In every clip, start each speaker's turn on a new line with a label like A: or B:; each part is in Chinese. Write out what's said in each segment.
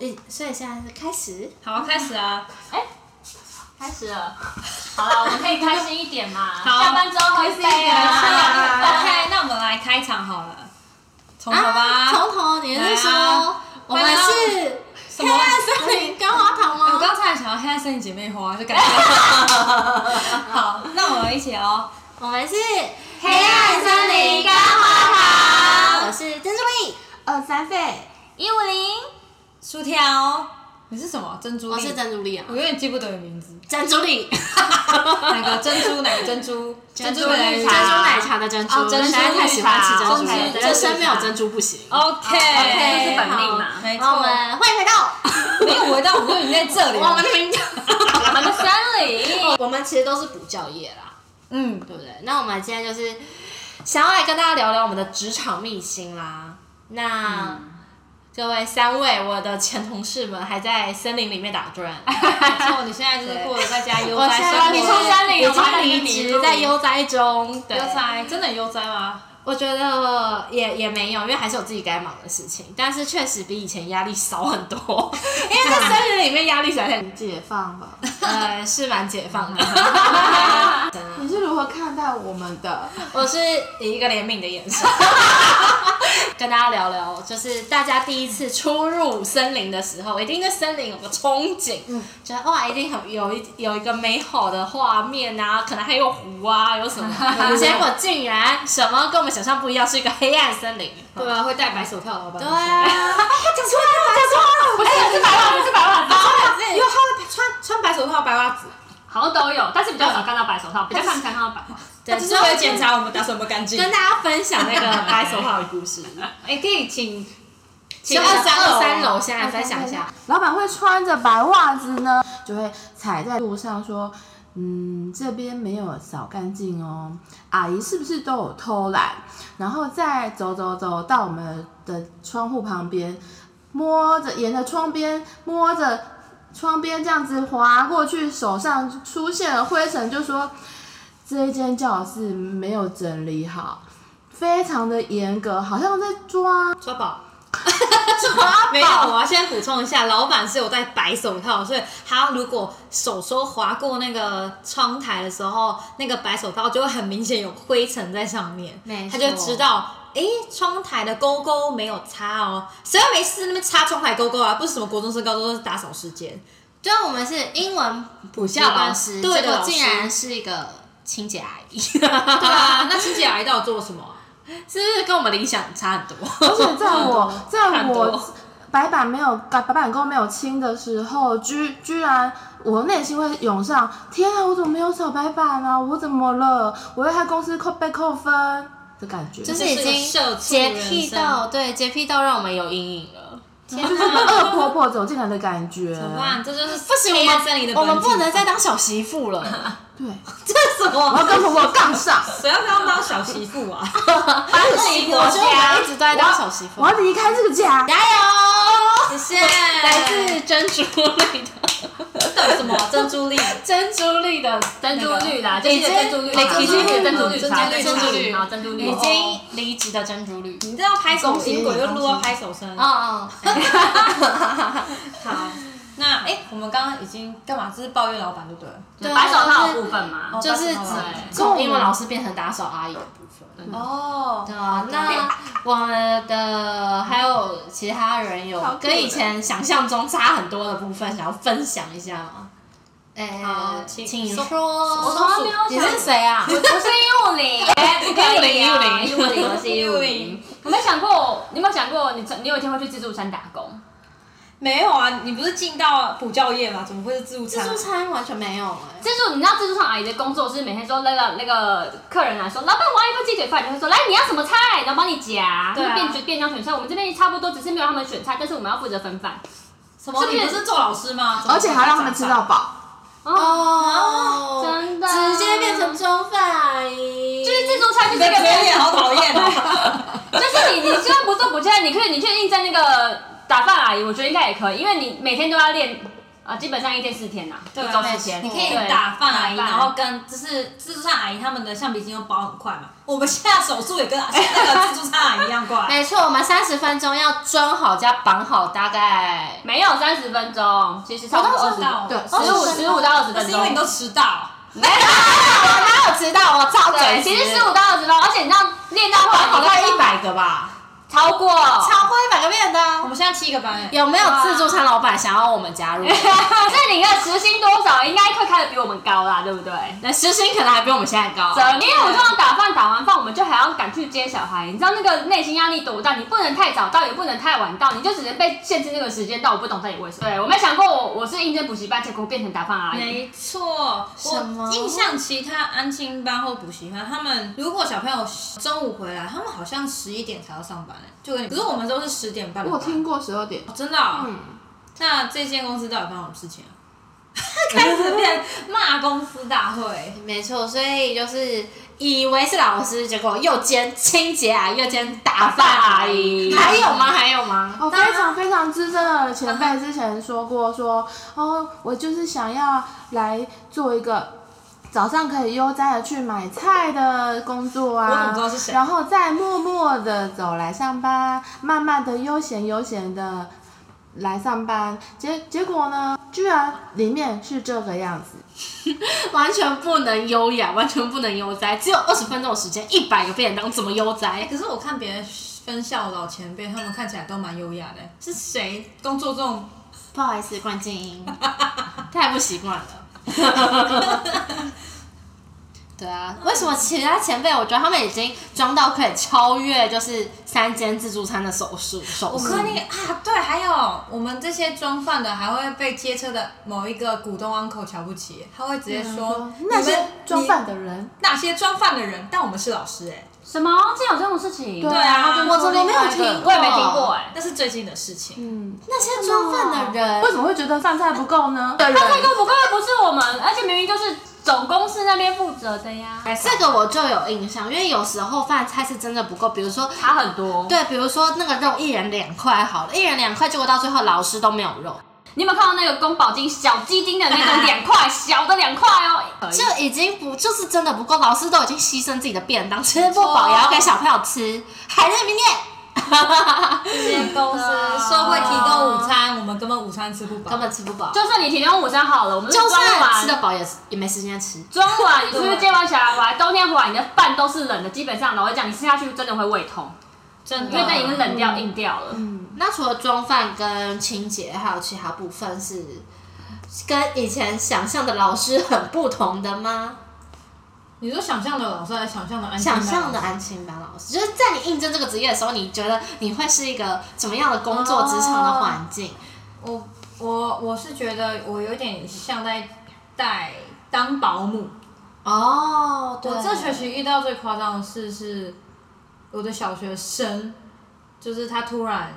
A: 哎所以现在是开始。
B: 好，开始啊！
C: 开始了，好了，我们可以开心一点嘛。
B: 好
C: 下班之后喝一
D: 啊
C: 杯
A: 开
C: 啊。
A: 心
B: OK，那我们来开场好了，从头
A: 啊，
B: 吧。
A: 从头你是
B: 来
A: 说
B: 啊
A: 我们是
B: 什
A: 黑
B: 么？
A: 暗森林跟花糖
B: 我
A: 吗？
B: 刚才想要黑暗森林姐妹花，就感觉好，那我们一起哦。
A: 我们是
C: 黑暗森林跟花
A: 花
C: 糖
A: 我是珍珠丽，二哦三费，
C: 一五零，
B: 薯条，你是什么？珍珠
A: 我
B: 粒？
A: 是珍珠丽啊
B: 我，永远记不得你名字。
A: 珍珠丽，
B: 哪个珍珠？哪个珍珠？珍珠
A: 珍
B: 奶
C: 绿
A: 珠
C: 茶
A: 奶茶的珍珠，
B: 哦
A: 我
B: 珍珠
A: 实在太喜欢吃珍珠
C: 绿
A: 了
C: 茶，
A: 人生没有珍珠不行。
B: OK
C: 这
A: OK，
C: 是本命嘛
B: 没
A: 哦那我
B: 错，
A: 们欢迎回 到
B: 没有回到我们，你在这里。
A: 我们的频 道，
C: 我们森林。
A: 我们其实都是补教业啦。
B: 嗯，
A: 对不对？那我们今天就是想要来跟大家聊聊我们的职场秘辛啦。那、各位三位，我的前同事们还在森林里面打转，
B: 没错，你现在就是过得在家悠
A: 我
B: 哉
A: 现
B: 生
A: 在
B: 活。
C: 你从山里
A: 已
C: 我
A: 经
C: 们还
A: 离
C: 迷
A: 职，
C: 路
A: 在悠哉中。对
B: 悠，哉，真的很悠哉吗？
A: 我觉得也也没有，因为还是有自己该忙的事情，但是确实比以前压力少很多，因为在森林里面压力实在太，
D: 解放吧。
A: 呃，是蛮解放的。
C: 嗯
D: 你是如何看待我们的？
A: 我是以一个怜悯的眼 神，跟大家聊聊，就是大家第一次初入森林的时候，一定对森林有个憧憬，觉得哇，一定很有一有一个美好的画面啊，可能还有湖啊，有什 么？结果竟然什么跟我们想象不一样，是一个黑暗森林。
B: 对啊，会戴白手套的老板。
A: 对 啊，讲错了，讲错了，哎，是白袜子，是白袜子，
D: 因为他会穿穿白手套、白袜子，
C: 好像都有，但是比较少看到白手套，比较常看到白袜。
A: 对，
B: 就是
A: 所以
B: 为了检查我们打扫有没有干净。
A: 跟大家分享那个白手套的故 事，
B: 哎，可以请
A: 就二三二三楼，先来分享一下。
D: 哎老板会穿着白袜子呢，就会踩在路上说：“嗯，这边没有扫干净哦，阿姨是不是都有偷懒？”然后再走走走到我们的窗户旁边，摸着沿着窗边摸着窗边这样子滑过去，手上出现了灰尘，就说：“这一间教室没有整理好，非常的严格，好像在抓
B: 抓宝。抓没有，我要先补充一下，老板是有戴白手套，所以他如果手手划过那个窗台的时候，那个白手套就会很明显有灰尘在上面
A: 没，
B: 他
A: 错
B: 就知道，哎、窗台的勾勾没有擦哦，谁会没事那边擦窗台勾勾啊？不是什么国中生、高中生是打扫时间，
A: 就啊我们是英文补习老师，
B: 对的
A: 结果
B: 老师
A: 竟然是一个清洁阿姨，
B: 对啊，那清洁阿姨到底做了什么啊、
A: 是不是跟我们理想差很多？
D: 而且在我在
B: 很多
D: 我白板没有白板沟没有清的时候，居居然我内心会涌上：天啊，我怎么没有扫白板啊？我怎么了？我又害公司扣被扣分的感觉，
A: 就是已经洁癖到对洁癖到让我们有阴影了。
D: 就是恶婆婆走进来的感觉。
B: 哇，这就是不
A: 不行，我
B: 森林的
A: 哎们我们
B: 本质
A: 不能再当小媳妇 了。
D: 对，
B: 这是什
D: 我要
B: 么？
D: 跟婆婆杠上，
B: 谁要不要当小媳妇啊？
A: 我觉得我们一直都在当小媳妇
D: 我。要离开这个家。
A: 加油！
B: 谢谢，
A: 来自珍珠丽的
B: 到底什么珍珠粒？
A: 珍珠丽的
C: 珍珠绿啦，
A: 那个
C: 就是珍珠绿，
A: 已经
C: 是珍珠绿茶，
B: 珍
A: 珠绿
C: 啊，珍珠绿
A: 已经离职的珍珠绿。
B: 你这样拍手
D: 恭喜
B: 音
D: 你
B: 轨又录到
D: 恭喜
B: 拍
D: 你
B: 手声。
A: 哦哦。
B: 好，那哎，我们刚刚已经干嘛？就是抱怨老板就对了。
A: 对啊
C: 白手套的部分嘛。哦
A: 就是指从英文老师变成打扫阿姨的部分。
B: 哦，
A: 对啊，那我们的还有其他人有
D: 好酷的
A: 跟以前想象中差很多的部分，想要分享一下吗？哎
B: 好，请
A: 请你
B: 说
C: 呃我
A: 说，
C: 从来没有
A: 你
C: 想
A: 是谁啊？
C: 我是一五零，不可以啊！一五零，我是一五零。有没有想过？你有没有想过，你你有一天会去自助餐打工？
B: 没有啊，你不是进到补教业吗？怎么会是自助餐
A: 自？助餐完全没有哎。
C: 自助，你知道自助餐阿姨的工作是每天说那个那个客人啊来说，老板我要一份鸡腿饭，你会说来你要什么菜，然后帮你夹，
B: 对啊
C: 变成便当选菜。我们这边差不多，只是没有他们选菜，但是我们要负责分饭。
B: 什么？
C: 是不
B: 你
C: 是
B: 不是做老师吗？
D: 而且还让他们吃到饱，
C: 哦，
A: 哦
C: 真的
A: 直接变成中饭阿姨。
C: 就是自助餐就是
B: 这
C: 一
B: 个
C: 个
B: 表演好讨厌哦。
C: 就是你，你就算不做补教，你可以，你去应征那个打饭阿姨，我觉得应该也可以，因为你每天都要练。啊，基本上一天四天呐，啊
B: 对
C: 一周
B: 没
C: 四
B: 错
C: 天，
B: 你可以
C: 对
B: 打饭阿姨，
C: 打
B: 然后跟就是自助餐阿姨他们的橡皮筋又包很快嘛。我们现在手速也跟那个自助餐阿姨一样 快。
A: 没错，我们三十分钟要装好加绑好，大概
C: 没有三十分钟，其实差不多
B: 我
C: 二十
B: 都知道
A: 对
C: 十五十五到二十
B: 那
C: 分
B: 是因为你
C: 钟。
B: 都迟到，
A: 没有，我哪有迟到？我超准
C: 对，
A: 时。
C: 其实十五到二十分钟，而且你知道练到后来，
A: 好
C: 你
A: 快
C: 看
A: 一百个吧，
C: 超过，
A: 超过一百个面的
B: 我
A: 啊。
B: 们现在七个班哎，
A: 有没有自助餐老板想要我们加入？
C: 那你看时薪多少，应该会开的比我们高啦，对不对？
A: 那时薪可能还比我们现在高。
C: 因为我们通常打饭打完饭，我们就还要赶去接小孩，你知道那个内心压力多大？你不能太早到，也不能太晚到，你就只能被限制那个时间到。我不懂到底为什么。对我没想过我我是应征补习班，结果变成打饭阿姨。
B: 没错，
A: 什么
B: 我印象其他安亲班或补习班，他们如果小朋友中午回来，他们好像十一点才要上班哎，就跟你，可是我们都是十点半的
D: 我
B: 班。
D: 听过十二点，
B: 哦真的哦、
A: 嗯
B: 那这间公司到底发生什么事情 啊？开始变骂公司大会。
A: 没错，所以就是以为是老师，结果又兼清洁阿姨，又兼打饭阿姨。还有吗？还有吗？
D: 哦，非
B: 啊
D: 常非常资深的前辈之前说过说，哦，我就是想要来做一个早上可以悠哉的去买菜的工作啊，
B: 我怎么知道是谁
D: 然后再默默的走来上班，慢慢的悠闲悠闲的来上班，结结果呢，居然里面是这个样子。
A: 完全不能优雅，完全不能悠哉，只有二十分钟的时间，一百个便当怎么悠哉？
B: 可是我看别人分校老前辈，他们看起来都蛮优雅的。欸是谁工作这种？
A: 不好意思，关静 音，太不习惯了。 对啊，为什么其他前辈，我觉得他们已经装到可以超越，就是三间自助餐的手术手
B: 我
A: 术。
B: 看那个啊，对，还有我们这些装饭的，还会被街车的某一个股东 uncle 瞧不起，他会直接说：“你
D: 嗯那
B: 们
D: 些装
B: 你
D: 饭的人，
B: 那些装饭的人，但我们是老师哎、
C: 什么？竟然有这种事情？
D: 对
B: 对啊
D: 啊，
B: 我
D: 怎
A: 怎么没有听
C: 我也没听过哎、
B: 那是最近的事情。
D: 嗯，
A: 那些装饭的人
D: 为，什么会觉得饭菜不够呢？的人
C: 这个不会不是我们，而且明明就是总公司那边负责的呀。
A: 哎，这个我就有印象，因为有时候饭菜是真的不够，比如说。
C: 差很多。
A: 对，比如说那个肉一人两块好了，一人两块，结果到最后老师都没有肉，
C: 你有没有看到那个宫保鸡小鸡丁的 那种两块，小的两块哦，
A: 就已经不就是真的不够，老师都已经牺牲自己的便当，吃不饱也要给小朋友吃，还在那边念，
B: 这些公司说会提供午餐，我们根本午餐吃不饱
D: 嗯
A: 根。本吃不饱，
C: 就算你提供午餐好了，我们
A: 就
C: 装
A: 算
C: 完
A: 吃得饱也是也没时间吃。
C: 装完，你出去接完小孩回来，冬天回来，你的饭都是冷的，基本上老实讲，你吃下去真的会胃痛，
B: 真
C: 因为那已经冷掉、硬掉了。
A: 那除了装饭跟清洁，还有其他部分是跟以前想象的老师很不同的吗？
B: 你说想象的老师还是想象的安静
A: 想
B: 班
A: 象的安亲班老师，就是在你应征这个职业的时候，你觉得你会是一个怎么样的工作职场的环境？
B: 我我我是觉得我有点像在带当保姆。
A: 哦，对，
B: 我这学期遇到最夸张的事是，我的小学生，就是他突然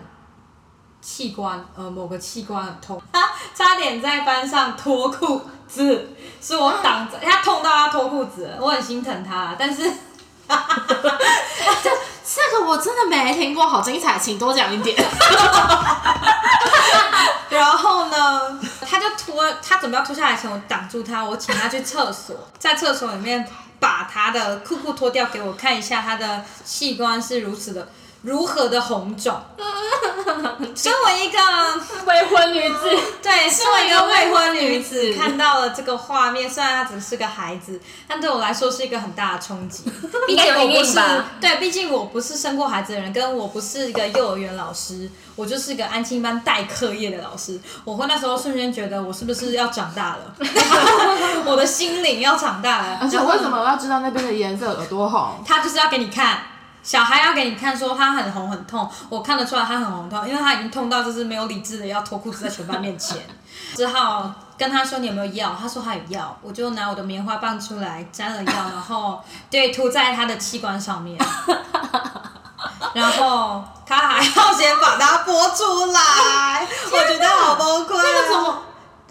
B: 器官呃某个器官很痛，他差点在班上脱裤子，是我挡着，他痛到他脱裤子了，我很心疼他，但是。
A: 这个我真的没听过，好精彩，请多讲一点。
B: 然后呢，他就脱，他准备要脱下来前，我挡住他，我请他去厕所，在厕所里面把他的裤裤脱掉给我看一下，他的器官是如此的如何的红 肿。身为一个
C: 未婚女子，
B: 对，身为一个未婚女子，看到了这个画面，虽然她只是个孩子，但对我来说是一个很大的冲击。毕竟我
C: 应该有
B: 不
C: 阴影
B: 是
C: 吧
B: 对，毕竟我不是生过孩子的人，跟我不是一个幼儿园老师，我就是一个安亲班代课业的老师。我会那时候瞬间觉得，我是不是要长大了？ 我的心灵要长大了。
D: 而且为什么我要知道那边的颜色有多红？
B: 他就是要给你看，小孩要给你看，说他很红很痛，我看得出来他很红很痛，因为他已经痛到就是没有理智的要脱裤子在全班面前， 只好跟他说你有没有药，他说他有药，我就拿我的棉花棒出来沾了药，然后 对涂在他的器官上面。 然后他还要先把它拨出来，我觉得好崩溃、啊。
A: 那 个怎么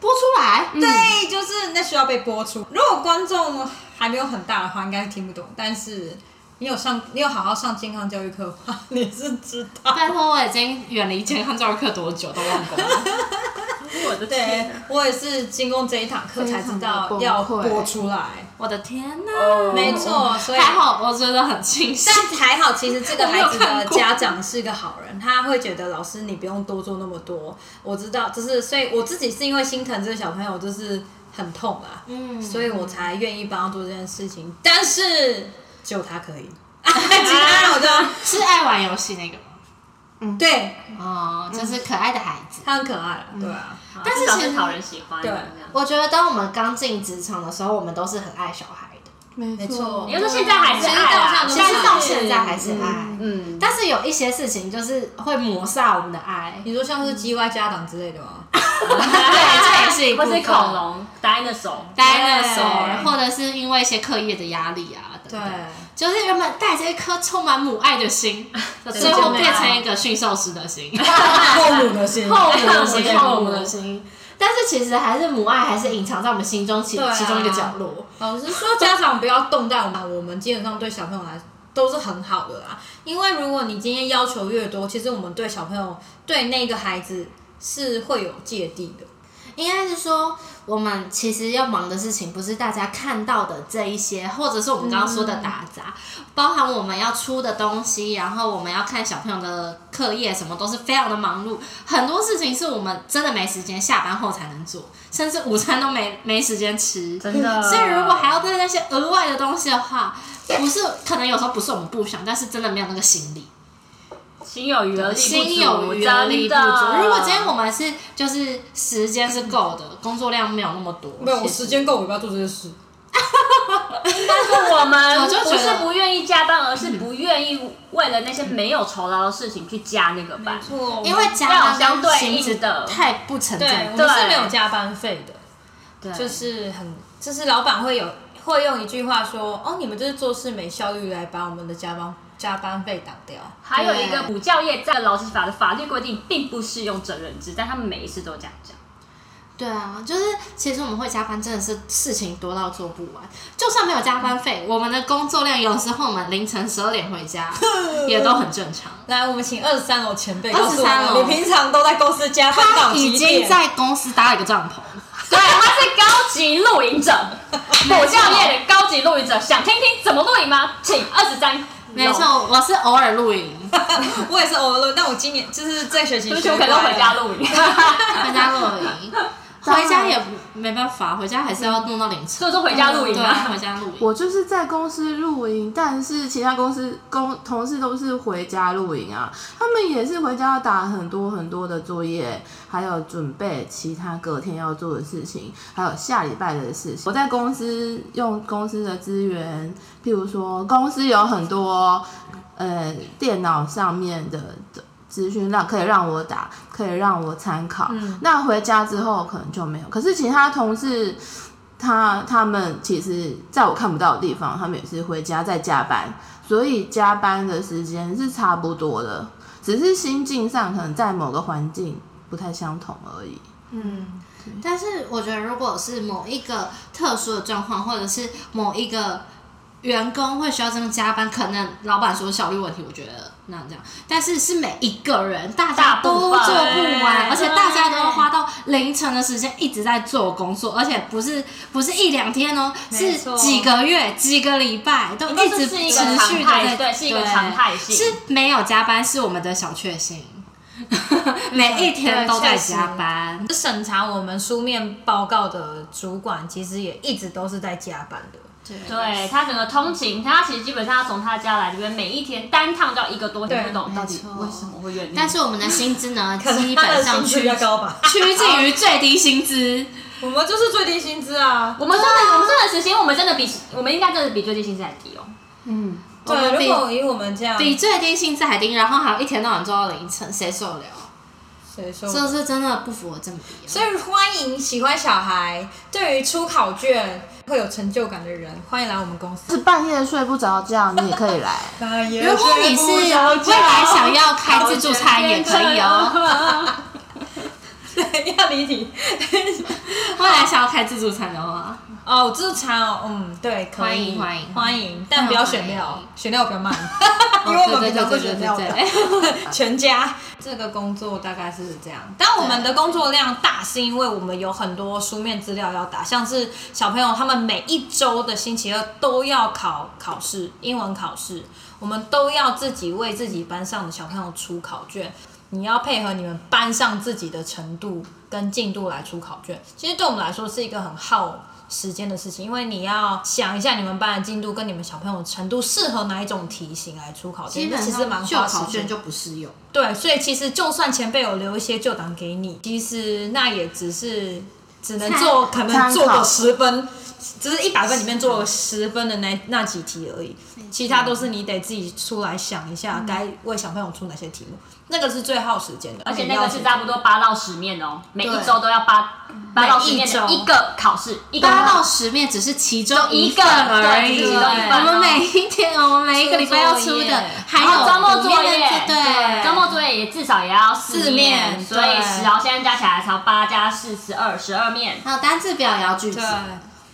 A: 播出来？对，
B: 对，就是那需要被播出。如果观众还没有很大的话，应该是听不懂。但是你有上，你有好好上健康教育课的 话，你是知道。
A: 拜托，我已经远离健康教育课多久都忘光了。我的天啊
B: 对
A: 哪！
B: 我也是经过这一堂课才知道
D: 非
B: 要
D: 常的崩溃
B: 播出来，
A: 我的天哪！
B: 没错，所以
A: 哦还好，我真的很庆幸。
B: 但还好，其实这个孩子
A: 我没有
B: 的
A: 看过
B: 家长是个好人，他会觉得老师你不用多做那么多。我知道，就是所以我自己是因为心疼这个小朋友，就是很痛啦，嗯，所以我才愿意帮他做这件事情。但是只有他可以，其他人我就是
A: 爱玩游戏那个吗？
B: 对
A: 哦，就是可爱的孩子。
B: 他很可爱了，
A: 嗯
B: 对啊，
A: 但是
C: 嗯至少
A: 其
C: 是
A: 实
C: 讨人喜欢。
B: 对
C: 这样
A: 我觉得当我们刚进职场的时候，我们都是很爱小孩的，
D: 没
B: 没错
C: 你就说现在还是
B: 其实
C: 爱啊
B: 到
C: 啦，
B: 像
A: 其实到现在还
B: 是，
A: 是爱。
C: 嗯，
A: 但是有一些事情就是会抹杀我们的 爱。
B: 你说像是 G Y 家长之类的吗？
A: 对，这也是一部
C: 或
A: 分
C: 是恐龙 dinosaur，
A: dinosaur，
B: 对
A: 或者是因为一些课业的压力啊，等
B: 对
A: 等，就是原本带着一颗充满母爱的 心，最后变成一个驯兽师的心，
B: 后母的心，
A: 后母
C: 母
A: 的
C: 的
A: 心，
C: 心
A: 后母的心。但是其实还是母爱，还是隐藏在我们心中其
B: 对啊
A: 其中一个角落。
B: 老实说，家长不要动弹我们，我们基本上对小朋友来都是很好的啦。因为如果你今天要求越多，其实我们对小朋友对那个孩子是会有芥蒂的。
A: 应该是说，我们其实要忙的事情，不是大家看到的这一些，或者是我们刚刚说的打杂，包含我们要出的东西，然后我们要看小朋友的课业，什么都是非常的忙碌，很多事情是我们真的没时间，下班后才能做，甚至午餐都没没时间吃。
C: 真
B: 嗯
C: 的。
A: 所以如果还要带那些额外的东西的话，不是可能有时候不是我们不想，但是真的没有那个心力。
C: 心有余而力不足，
A: 心有余啊而力不
C: 真
A: 足。
C: 的
A: 嗯如果今天我们是就是时间是够 的，工作量没有那么多，
B: 没有，
A: 其
B: 我
A: 实
B: 时间够，我不要做这些事。
C: 但是我 们
A: 我就觉
C: 不
A: 得
C: 是不愿意加班，而是不愿意为了那些没有酬劳的事情去加那个班。
B: 错
A: 因为加班
C: 要有相
A: 跟
C: 对
A: 薪资
C: 应的
A: 太不成
B: 对
A: 正
B: 我
A: 比。
B: 们是
C: 对
B: 没有加班费的，
C: 对，
B: 就是很就是老板会有会用一句话说：“哦，你们就是做事没效率，来把我们的加班加班费挡掉。”
C: 还有一个补教业在劳基法的法律规定并不适用责任制，但他们每一次都这样讲。
A: 对啊，就是其实我们会加班，真的是事情多到做不完。就算没有加班费，我们的工作量有时候我们凌晨十二点回 家也都很正常。
B: 来，我们请二十三楼前辈告诉我
A: 23楼
B: 们，你平常都在公司加班到
A: 他
B: 几
A: 已经
B: 点？
A: 在公司搭了一个帐篷，
C: 对，他是高级露营者，补教业的高级露营者。想听听怎么露营吗？请二十三。
A: 没，错，我是偶尔露营，
B: 我也是偶尔录，但我今年就是这学期
C: 就是
B: 学
C: 我可能回家露营，
A: 回家露 营，回家也没办法，回家还是要弄到凌晨。
C: 所以 说回家露营
A: 对啊，
C: 啊。
A: 回家露营。
D: 我就是在公司露营，但是其他公司公同事都是回家露营啊，他们也是回家要打很多很多的作业，还有准备其他隔天要做的事情，还有下礼拜的事情。我在公司用公司的资源，譬如说公司有很多呃电脑上面的资讯让可以让我打，可以让我参考。那回家之后可能就没有。可是其他同事，他他们其实在我看不到的地方，他们也是回家在加班，所以加班的时间是差不多的，只是心境上可能在某个环境不太相同而已。
B: 嗯，
A: 但是我觉得，如果是某一个特殊的状况，或者是某一个员工会需要这样加班，可能老板说效率问题，我觉得那这样。但是是每一个人，大家
C: 大
A: 都
C: 部
A: 做
C: 分哎
A: 不完，
C: 对
A: 而且大家都要花到凌晨的时间一直在做工作，而且不是不是一两天哦，
B: 没
A: 是
B: 错
A: 几个月、几个礼拜都一直
C: 这
A: 持
C: 是一个常
A: 续的
C: 态
A: 在，
C: 对是一个常态性
A: 是没有加班是我们的小确 幸，每一天都在加班。
B: 审查我们书面报告的主管其实也一直都是在加班的。
C: 对他整个通勤，他其实基本上从他家来这边，每一天单趟都要一个多
B: 对
C: 天，不懂到底
A: 没错
C: 为什么会愿意。
A: 但是我们的薪资呢，
B: 可能
A: 基
B: 他
A: 本
B: 们
A: 上
B: 薪资
A: 趋，
B: 比较高吧
A: 趋近于最低薪 资。
B: 我们就是最低薪资啊。
C: 我们真的，我们真的实薪，我们真的比我们应该真的比最低薪资还低哦。
D: 嗯，
A: 我们
B: 对，啊
A: 比
B: 如果以我们这样，
A: 比最低薪资还低，然后还有一天到晚做到凌晨，谁受得了？
B: 谁说？
A: 这是真的不符合正比、啊。
B: 嗯所以欢迎喜欢小孩，对于出考卷会有成就感的人，欢迎来我们公司。
D: 是半夜睡不着觉，你也可以来。
B: 如
A: 如果你是未来想要开自助餐也可以哦，
B: 要离题，
A: 未来想要开自助餐的话，
B: 哦，自助餐哦，嗯，对，可
A: 欢
B: 以
A: 迎欢迎
B: 欢迎，但不要选料，选料不 要卖，因为我
A: 哦
B: 们比较不选料的， 全家这个工作大概是这样。但我们的工作量大，是因为我们有很多书面资料要打，像是小朋友他们每一周的星期二都要考考试，英文考试，我们都要自己为自己班上的小朋友出考卷。你要配合你们班上自己的程度跟进度来出考卷，其实对我们来说是一个很耗时间的事情，因为你要想一下你们班的进度跟你们小朋友的程度适合哪一种题型来出考卷，这哎其实蛮
D: 旧
B: 花时
D: 考
B: 间
D: 卷就不适用。
B: 对，所以其实就算前辈有留一些旧档给你，其实那也只是只能做可能
D: 参
B: 做
D: 考
B: 个十分，只是一百分里面做个十分的那那几题而已，其他都是你得自己出来想一下该为小朋友出哪些题目，那个是最耗时间的，
C: 而且
B: 你
C: 那个
B: 要
C: 是
B: 去
C: 差不多八到十面哦，每一
B: 对
C: 周都要八八到十面的
B: 每一周
C: 一个考试，一个
B: 啊
A: 八
C: 考
A: 到
C: 试
A: 十面只是其中
C: 一
A: 份
C: 个
A: 而
C: 对
A: 已。
C: 只是其中一份
A: 我
C: 哦
A: 们每一天，我们每一个礼拜要出
B: 出作
A: 的
B: 业，哦
A: 还
C: 然后
A: 有
C: 周末
A: 里面
C: 作
A: 的
C: 业，
A: 对，
C: 周末作业也至少也要
B: 四
C: 四
B: 面
C: 面，所以
B: 对
C: 十后现在加起来才八加四十二，十二面。
A: 还有单字表也要句子
B: 对，。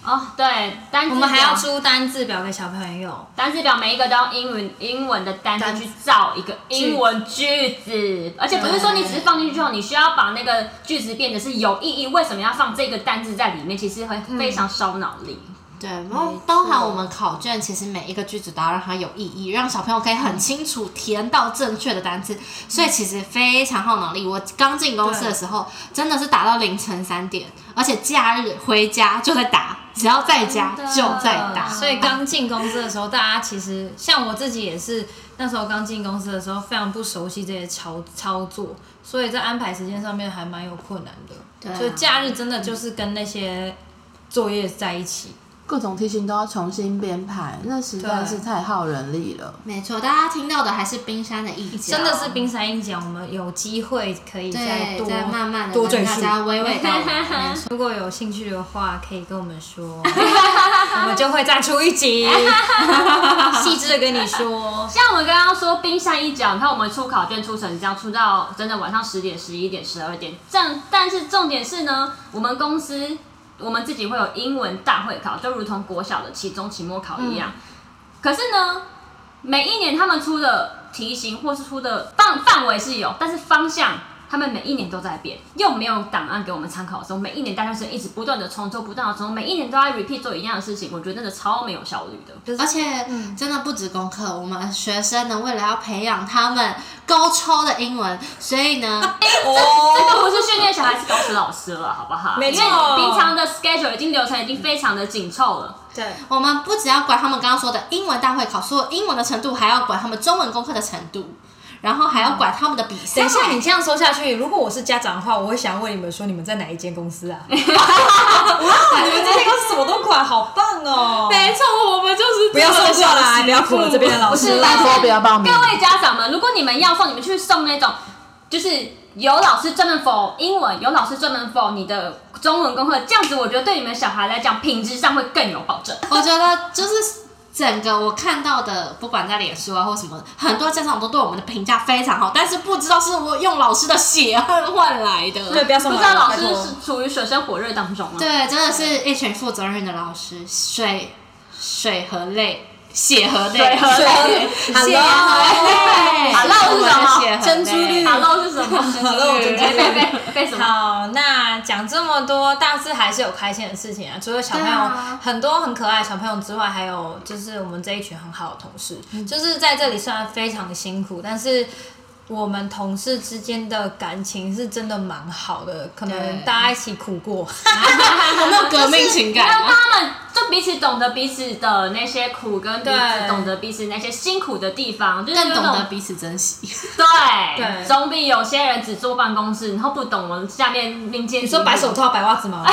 C: 哦，对，单字
B: 我们还要
C: 表
B: 出单字表给小朋友，
C: 单字表每一个都用英文英文的单字去造一个英文句子，而且不是说你只是放进去之后，你需要把那个句子变得是有意义。为什么要放这个单字在里面？其实会
B: 嗯
C: 非常烧脑力。
A: 对，然后包含我们考卷，其实每一个句子都要让它有意义，让小朋友可以
B: 嗯
A: 很清楚填到正确的单词，所以其实非常耗脑力。我刚进公司的时候，真的是打到凌晨三点，而且假日回家就在打，只要在家就在打。
B: 所以刚进公司的时候，大家其实像我自己也是，那时候刚进公司的时候非常不熟悉这些操操作，所以在安排时间上面还蛮有困难的。
A: 对啊
B: 所以假日真的就是跟那些作业在一起。
D: 各种题型都要重新编排，那实在
B: 对
D: 是太耗人力了。
A: 没错，大家听到的还是冰山的意见，
B: 真的是冰山一角，我们有机会可以再
A: 对，
B: 多
A: 在慢慢的
B: 多
A: 跟
B: 赘
A: 大
B: 述。嗯
A: 家娓娓道 来。
B: 如果有兴趣的话，可以跟我们说， 我们就会再出 一集， 细致的跟你说。
C: 像我们刚刚说冰山一角，你看我们出考卷出成这样，出到真的晚上十点、十一点、十二点。这样，但是重点是呢，我们公司我们自己会有英文大会考，就如同国小的期中、期末考一样。可是呢，每一年他们出的题型或是出的范范围是有，但是方向。他们每一年都在变，又没有档案给我们参考的时候，每一年大学生一直不断的重做，不断的重，每一年都在 repeat 做一样的事情，我觉得真的超没有效率的。
A: 而且
B: 嗯
A: 真的不止功课，我们学生呢，为了要培养他们高超的英文，所以 呢，哦
C: 这个不哎是训练小孩，是搞死老师了，好不好？
B: 没错
C: 因为平常的 schedule 已经流程已经非常的紧凑了。
B: 对，
A: 我们不只要管他们刚刚说的英文大会考，所有英文的程度，还要管他们中文功课的程度，然后还要管他们的比赛。
B: 等一下，你这样说下去，如果我是家长的话，我会想问你们说，你们在哪一间公司啊？哇，你们这间公司什么都管，好棒哦！
A: 没错，我们就是
B: 不要送过来，不要苦了这边的老师。
D: 拜托不要报名
C: 各位家长们，如果你们要送，你们去送那种就是有老师专门 for 英文，有老师专门 for 你的中文功课，这样子我觉得对你们小孩来讲，品质上会更有保证。
A: 我觉得就是整个我看到的，不管在脸书啊或什么，很多家长都对我们的评价非常好，但是不知道是我用老师的血汗换来的。
B: 对，不要
C: 不
B: 送
C: 知
B: 过
C: 道
B: 来，
C: 老
B: 拜
C: 师
B: 托
C: 是处于水深火热当中吗？
A: 对，真的是一群负责任的老师，水水和泪，血和泪，
C: 水和
A: 血和
C: 泪
A: 泪，血和泪，
C: Hello 是什么
A: 血和泪
B: 珍珠绿
C: ，Hello 是什么
B: Hello，珍珠
C: 被被被被什 么？
B: 好，那讲这么多，大致还是有开心的事情啊。除了小朋友、
A: 对啊
B: 很多很可爱的小朋友之外，还有就是我们这一群很好的同事，就是在这里虽然非常的辛苦，但是。我们同事之间的感情是真的蛮好的，可能
A: 对
B: 大家一起苦过，
A: 有没有革命情感
C: 让
A: 啊？
C: 他们就彼此懂得彼此的那些苦，跟彼此
B: 对
C: 懂得彼此那些辛苦的地方，就是
A: 更
C: 那
A: 懂
C: 种
A: 得彼此珍惜，
C: 对，
B: 对
C: 总比有些人只坐办公室，然后不懂我们下面另间。
B: 你说白手套白袜子吗？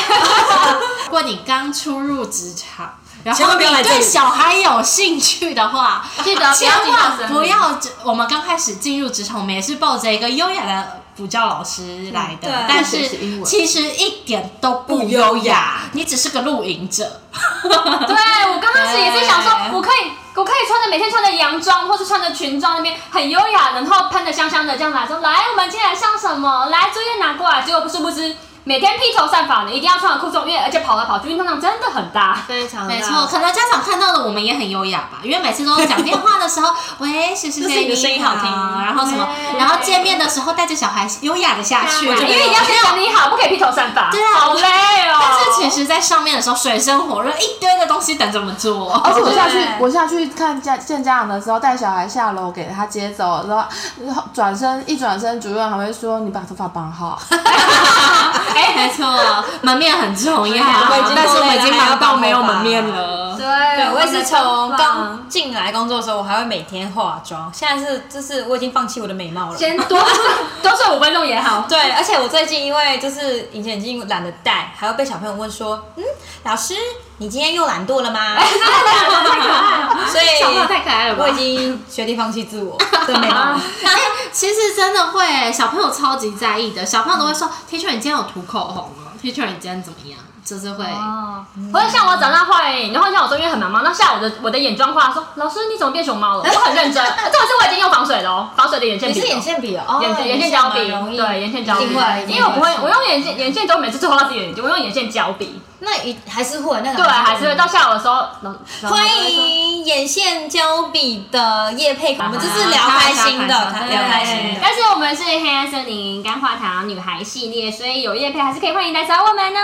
A: 如果你刚初入职场，然
B: 千
A: 后
B: 万不
A: 你
B: 要来这里
A: 对小孩有兴趣的 话，
C: 记得不要
A: 千
C: 计较
A: 万
C: 生
A: 不
C: 日
A: 要只。我们刚开始进入职场，我们也是抱着一个优雅的补教老师来的，
B: 对
A: 但
D: 学习英
A: 是
D: 文
A: 其实一点都不
B: 不优
A: 优雅
B: 雅，
A: 你只是个露营者。
C: 对我刚开始也是想说，我可以，我可以穿着每天穿着洋装，或是穿着裙装，那边很优雅，然后喷的香香的这样来说，来，我们今天来上什么？来，作业拿过来。结果殊不知，每天披头散发，你一定要穿好裤装，因为而且跑来跑去，运动量真的很大。
E: 非常
A: 没错，，可能家长看到了我们也很优雅吧，因为每次都讲电话的时候，喂，谁谁
B: 就是
A: 谁，
B: 你的声音好听
A: 然后什么，然后见面的时候带着小孩优雅的下去，
C: 啊因为你要先整理好，不可以披头散发，
A: 对啊
C: 好累哦。
A: 但是其实，在上面的时候，水深火热，一堆的东西等着我们做。
D: 而且我下去
B: 对，
D: 我下去看家见家长的时候，带小孩下楼给他接走，然后然后转身一转身，主任还会说：“你把头发绑好。
A: 哎，没错，门面很重要
B: 我已经，
A: 但是我们已经忙到没有
B: 都累了还要绑头发
A: 门面了。
C: 对
B: 对，我也是从
C: 刚
B: 刚进来工作的时候，我还会每天化妆。现在是，就是我已经放弃我的美貌了。
C: 先 多多睡五分钟也好。
B: 哦对，而且我最近因为就是以前已经懒得戴，还要被小朋友问说，嗯，老师，你今天又懒惰了吗？
C: 真的假的太可爱了，
B: 所以
C: 小朋友太可爱了吧啊
B: 我已经决定放弃自我的美貌了。
A: 哎其实真的会，小朋友超级在意的，小朋友都会说：“teacher，你今天有涂口红吗？teacher，你今天怎么样？”就是会，
C: 哦，或者像我早上画眼影，然后像我中间很忙嘛，那下午的我的眼妆画说，老师你怎么变熊猫了？我很 认真，这个是我已经用防水了哦，防水的眼线
B: 你
C: 笔
B: 是
C: 了。
B: 眼线笔哦，
C: 眼
B: 哦
C: 眼线胶笔，
B: 蛮容易
C: 对眼线胶笔，
B: 一定会
C: 因为我不会
B: 一定，
C: 我用眼线眼线都每次最后到自己的眼睛，我用眼线胶笔，
B: 那一还是会那个
C: 对，还是会到下午的时候，老老
B: 欢迎眼线胶笔的叶佩，我们这是聊开心的，
A: 啊
B: 聊开心
C: 对
B: 的。
C: 但是我们是黑暗森林干花糖女孩系列，所以有叶配还是可以欢迎来找我们哦。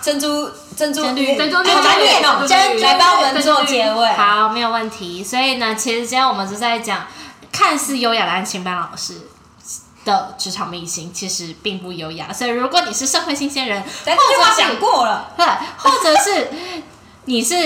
B: 珍珠珍珠绿
C: 珍珠绿
B: 好难念哦，
C: 珍珠绿
B: 来帮我们做结尾。
A: 好，没有问题。所以呢，其实今天我们就在讲，看似优雅的安亲班老师。的职场明星其实并不优雅，所以如果你是社会新鲜人，
B: 但这句
A: 或者
B: 话
A: 是
B: 讲过了，
A: 对，或者是你 是，这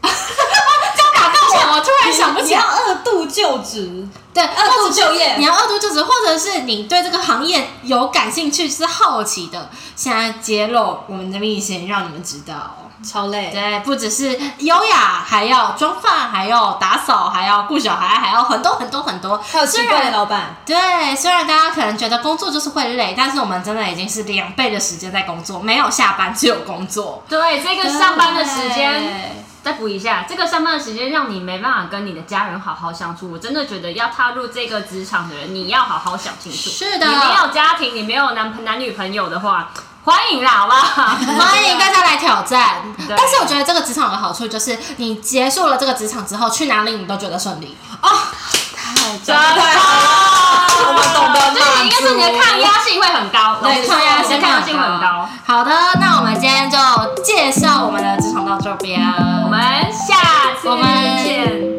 A: 样打到我，我突然想不
B: 你
A: 起
B: 要
A: 来。
B: 二度就职，
A: 对，
B: 二度就业
A: 你要二度就职，或者是你对这个行业有感兴趣、是好奇的，现在揭露我们的秘辛，让你们知道。
B: 超累。
A: 对，不只是优雅，还要装饭，还要打扫，还要顾小孩，还要很多很多很多。
B: 还有奇怪的老板，
A: 对，虽然大家可能觉得工作就是会累，但是我们真的已经是两倍的时间在工作，没有下班，只有工作。
C: 对，这个上班的时间。
A: 对
C: 再补一下，这个上班的时间让你没办法跟你的家人好好相处。我真的觉得要踏入这个职场的人，你要好好想清楚。
A: 是的
C: 你没有家庭，你没有男男女朋友的话，欢迎啦，好不好？
A: 欢迎大家来挑战。
C: 对
A: 但是我觉得这个职场的好处就是，你结束了这个职场之后，去哪里你都觉得顺利。
C: 真的，我
B: 们懂得满足
C: 就是应该是你的抗压性会很高，老实说
A: 抗压性
C: 你的抗压性会很高。。
A: 好的，那我们今天就介绍我们的职场到这边，
C: 我们下次
A: 我们
C: 见。